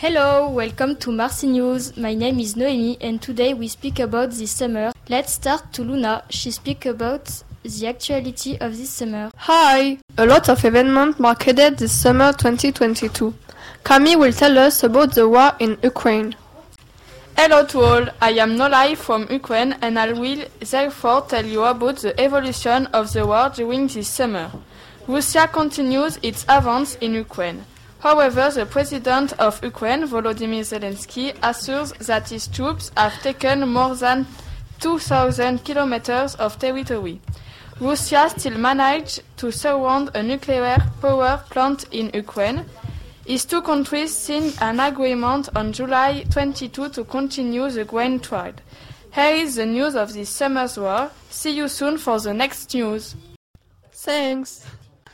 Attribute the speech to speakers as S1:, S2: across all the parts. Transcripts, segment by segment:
S1: Hello, welcome to Marcy News. My name is Noemi and today we speak about this summer. Let's start to Luna. She speaks about the actuality of this summer.
S2: Hi! A lot of events marketed this summer 2022. Kami will tell us about the war in Ukraine.
S3: Hello to all, I am Nolai from Ukraine and I will therefore tell you about the evolution of the war during this summer. Russia continues its advance in Ukraine. However, the president of Ukraine, Volodymyr Zelensky, assures that his troops have taken more than 2,000 kilometers of territory. Russia still managed to surround a nuclear power plant in Ukraine. His two countries signed an agreement on July 22 to continue the grain trade. Here is the news of this summer's war. See you soon for the next news.
S2: Thanks!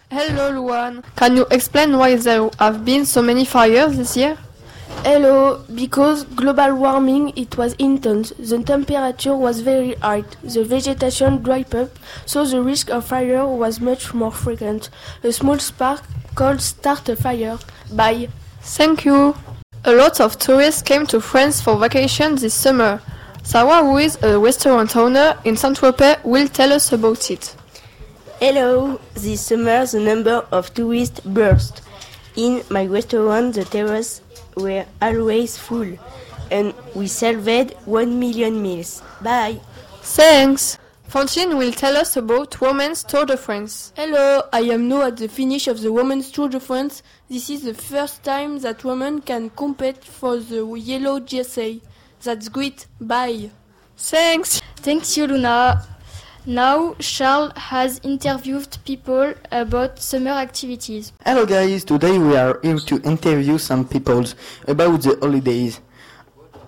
S2: Hello, Luan. Can you explain why there have been so many fires this year?
S4: Hello, because global warming it was intense. The temperature was very high. The vegetation dried up, so the risk of fire was much more frequent. A small spark could start a fire. Bye.
S2: Thank you! A lot of tourists came to France for vacation this summer. Sarah, who is a restaurant owner in Saint-Tropez, will tell us about it.
S5: Hello! This summer the number of tourists burst. In my restaurant the terrace were always full and we served 1 million meals. Bye!
S2: Thanks! Fantine will tell us about Women's Tour de France.
S6: Hello, I am now at the finish of the Women's Tour de France. This is the first time that women can compete for the yellow jersey. That's great. Bye.
S2: Thanks!
S1: Thank you, Luna. Now, Charles has interviewed people about summer activities.
S7: Hello guys, today we are here to interview some people about the holidays.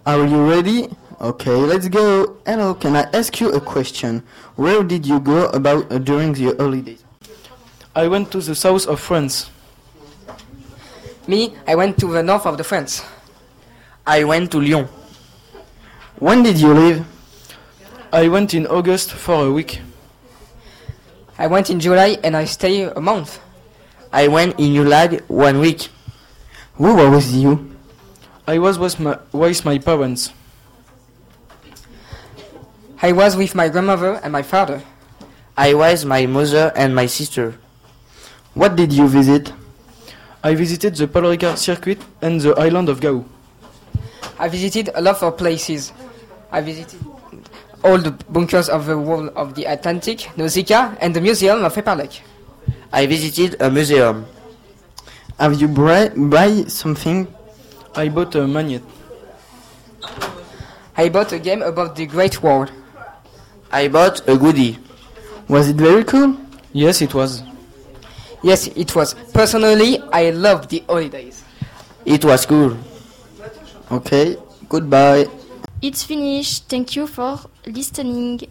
S7: Are you ready? Okay, let's go. Hello, can I ask you a question? Where did you go about uh, during the holidays?
S8: I went to the south of France.
S9: Me, I went to the north of the France.
S10: I went to Lyon.
S7: When did you leave?
S8: I went in August for a week.
S9: I went in July and I stay a month.
S10: I went in July one week.
S7: Who were with you?
S8: I was with my, with my parents.
S9: I was with my grandmother and my father.
S10: I was my mother and my sister.
S7: What did you visit?
S8: I visited the Paul Ricard circuit and the island of Gao.
S9: I visited a lot of places. I visited all the bunkers of the wall of the Atlantic, Nausicaa, and the museum of Eparlec.
S10: I visited a museum.
S7: Have you bri- buy something?
S8: I bought a magnet.
S9: I bought a game about the Great War.
S10: I bought a goodie.
S7: Was it very cool?
S8: Yes, it was.
S9: Yes, it was. Personally, I loved the holidays.
S10: It was cool.
S7: Okay, goodbye.
S1: It's finished. Thank you for listening.